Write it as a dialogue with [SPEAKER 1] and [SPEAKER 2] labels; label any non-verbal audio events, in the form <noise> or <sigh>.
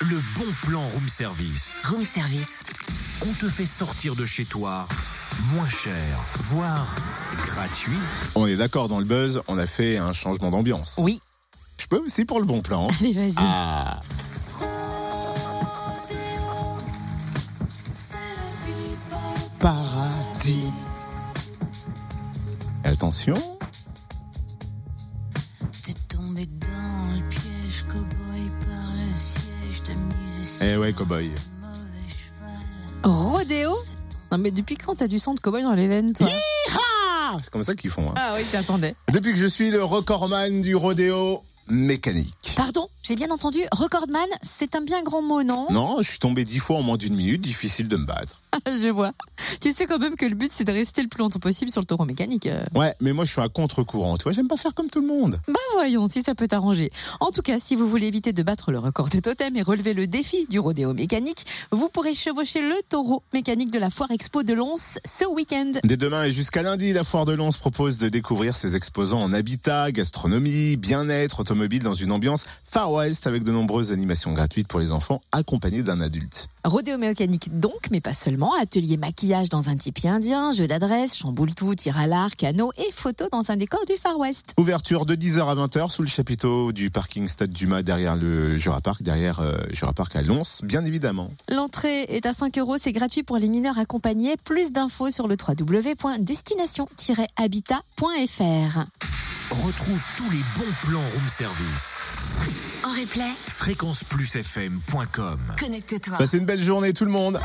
[SPEAKER 1] Le bon plan room service.
[SPEAKER 2] Room service.
[SPEAKER 1] On te fait sortir de chez toi moins cher, voire gratuit.
[SPEAKER 3] On est d'accord dans le buzz, on a fait un changement d'ambiance.
[SPEAKER 2] Oui.
[SPEAKER 3] Je peux aussi pour le bon plan.
[SPEAKER 2] Allez, vas-y.
[SPEAKER 3] Ah Paradis. <laughs> Attention.
[SPEAKER 4] T'es tombé dans le piège, cow-boy par le siège, t'as misé sur
[SPEAKER 3] Eh ouais, cowboy.
[SPEAKER 4] un mauvais cheval.
[SPEAKER 2] Rodéo Oh. Non, mais depuis quand t'as du sang de cowboy dans les veines, toi
[SPEAKER 3] Ah, c'est comme ça qu'ils font. hein.
[SPEAKER 2] Ah oui, t'attendais.
[SPEAKER 3] Depuis que je suis le recordman du rodéo mécanique.
[SPEAKER 2] Pardon, j'ai bien entendu. Recordman, c'est un bien grand mot, non
[SPEAKER 3] Non, je suis tombé dix fois en moins d'une minute, difficile de me battre.
[SPEAKER 2] <laughs> Je vois. Tu sais quand même que le but, c'est de rester le plus longtemps possible sur le taureau mécanique. euh.
[SPEAKER 3] Ouais, mais moi je suis à contre-courant, tu vois, j'aime pas faire comme tout le monde.
[SPEAKER 2] Voyons si ça peut t'arranger. En tout cas, si vous voulez éviter de battre le record de totem et relever le défi du rodéo mécanique, vous pourrez chevaucher le taureau mécanique de la foire expo de Lons ce week-end.
[SPEAKER 3] Dès demain et jusqu'à lundi, la Foire de Lens propose de découvrir ses exposants en habitat, gastronomie, bien-être, automobile dans une ambiance Far West avec de nombreuses animations gratuites pour les enfants accompagnés d'un adulte.
[SPEAKER 2] Rodéo mécanique donc, mais pas seulement. Atelier maquillage dans un tipi indien, jeu d'adresse, chamboule tout, tir à l'arc, canot et photo dans un décor du Far West.
[SPEAKER 3] Ouverture de 10h à 20h sous le chapiteau du parking Stade Dumas derrière le Jura Park, derrière euh, Jura Park à Lons, bien évidemment.
[SPEAKER 2] L'entrée est à 5 euros, c'est gratuit pour les mineurs accompagnés. Plus d'infos sur le www.destination-habitat.fr.
[SPEAKER 1] Retrouve tous les bons plans room service.
[SPEAKER 2] En replay,
[SPEAKER 1] Fréquenceplusfm.com
[SPEAKER 2] connecte-toi.
[SPEAKER 4] Ah.
[SPEAKER 3] Passez une belle journée tout le monde